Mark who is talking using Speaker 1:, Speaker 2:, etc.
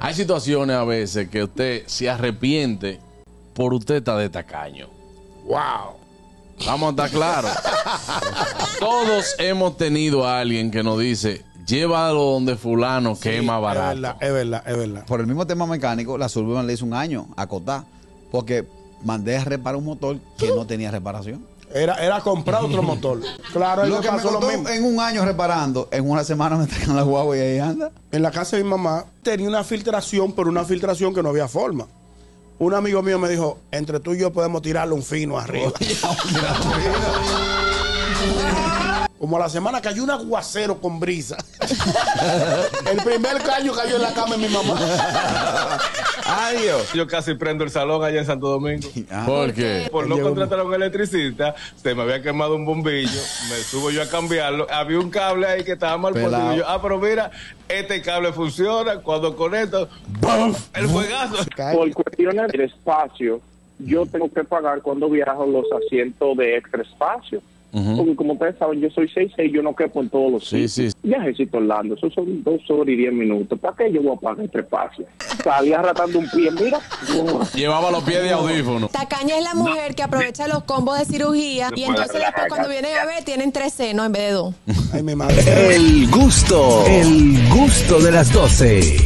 Speaker 1: Hay situaciones a veces que usted se arrepiente por usted está de tacaño.
Speaker 2: Wow.
Speaker 1: Vamos a estar claros. Todos hemos tenido a alguien que nos dice, llévalo donde fulano que es más
Speaker 2: Es verdad,
Speaker 1: barato.
Speaker 2: es verdad, es verdad.
Speaker 3: Por el mismo tema mecánico, la Suburban le hizo un año a Cotá, porque mandé a reparar un motor que no tenía reparación.
Speaker 2: Era, era comprar otro motor. Claro,
Speaker 3: Lo
Speaker 2: lo
Speaker 3: que me
Speaker 2: pasó lo
Speaker 3: costó
Speaker 2: mismo.
Speaker 3: en un año reparando, en una semana me entregan la guagua y ahí anda.
Speaker 2: En la casa de mi mamá tenía una filtración, pero una filtración que no había forma. Un amigo mío me dijo, entre tú y yo podemos tirarle un fino arriba. Como a la semana cayó un aguacero con brisa. El primer caño cayó en la cama de mi mamá.
Speaker 3: Adiós.
Speaker 4: Yo casi prendo el salón allá en Santo Domingo.
Speaker 3: Ah,
Speaker 1: ¿Por qué?
Speaker 4: Por no
Speaker 2: Llegó un-
Speaker 4: contratar a un electricista, se me había quemado un bombillo, me subo yo a cambiarlo. Había un cable ahí que estaba mal puesto.
Speaker 3: Pelao.
Speaker 4: y yo, ah, pero mira, este cable funciona. Cuando conecto,
Speaker 1: ¡Buf!
Speaker 4: el juegazo.
Speaker 5: Por cuestiones del espacio, yo tengo que pagar cuando viajo los asientos de extra espacio. Porque como ustedes saben, yo soy 6'6", yo no quepo en todos los
Speaker 1: Sí,
Speaker 5: sitios.
Speaker 1: sí.
Speaker 5: Viajecito Orlando, eso son dos horas y diez minutos. ¿Para qué yo voy a pagar este espacio? Salía ratando un pie, mira.
Speaker 1: Llevaba los pies de audífono.
Speaker 6: Tacaña es la mujer que aprovecha los combos de cirugía y entonces después cuando vienen a ver tienen tres senos en vez de dos.
Speaker 2: Ay, mi madre.
Speaker 7: El gusto, el gusto de las 12.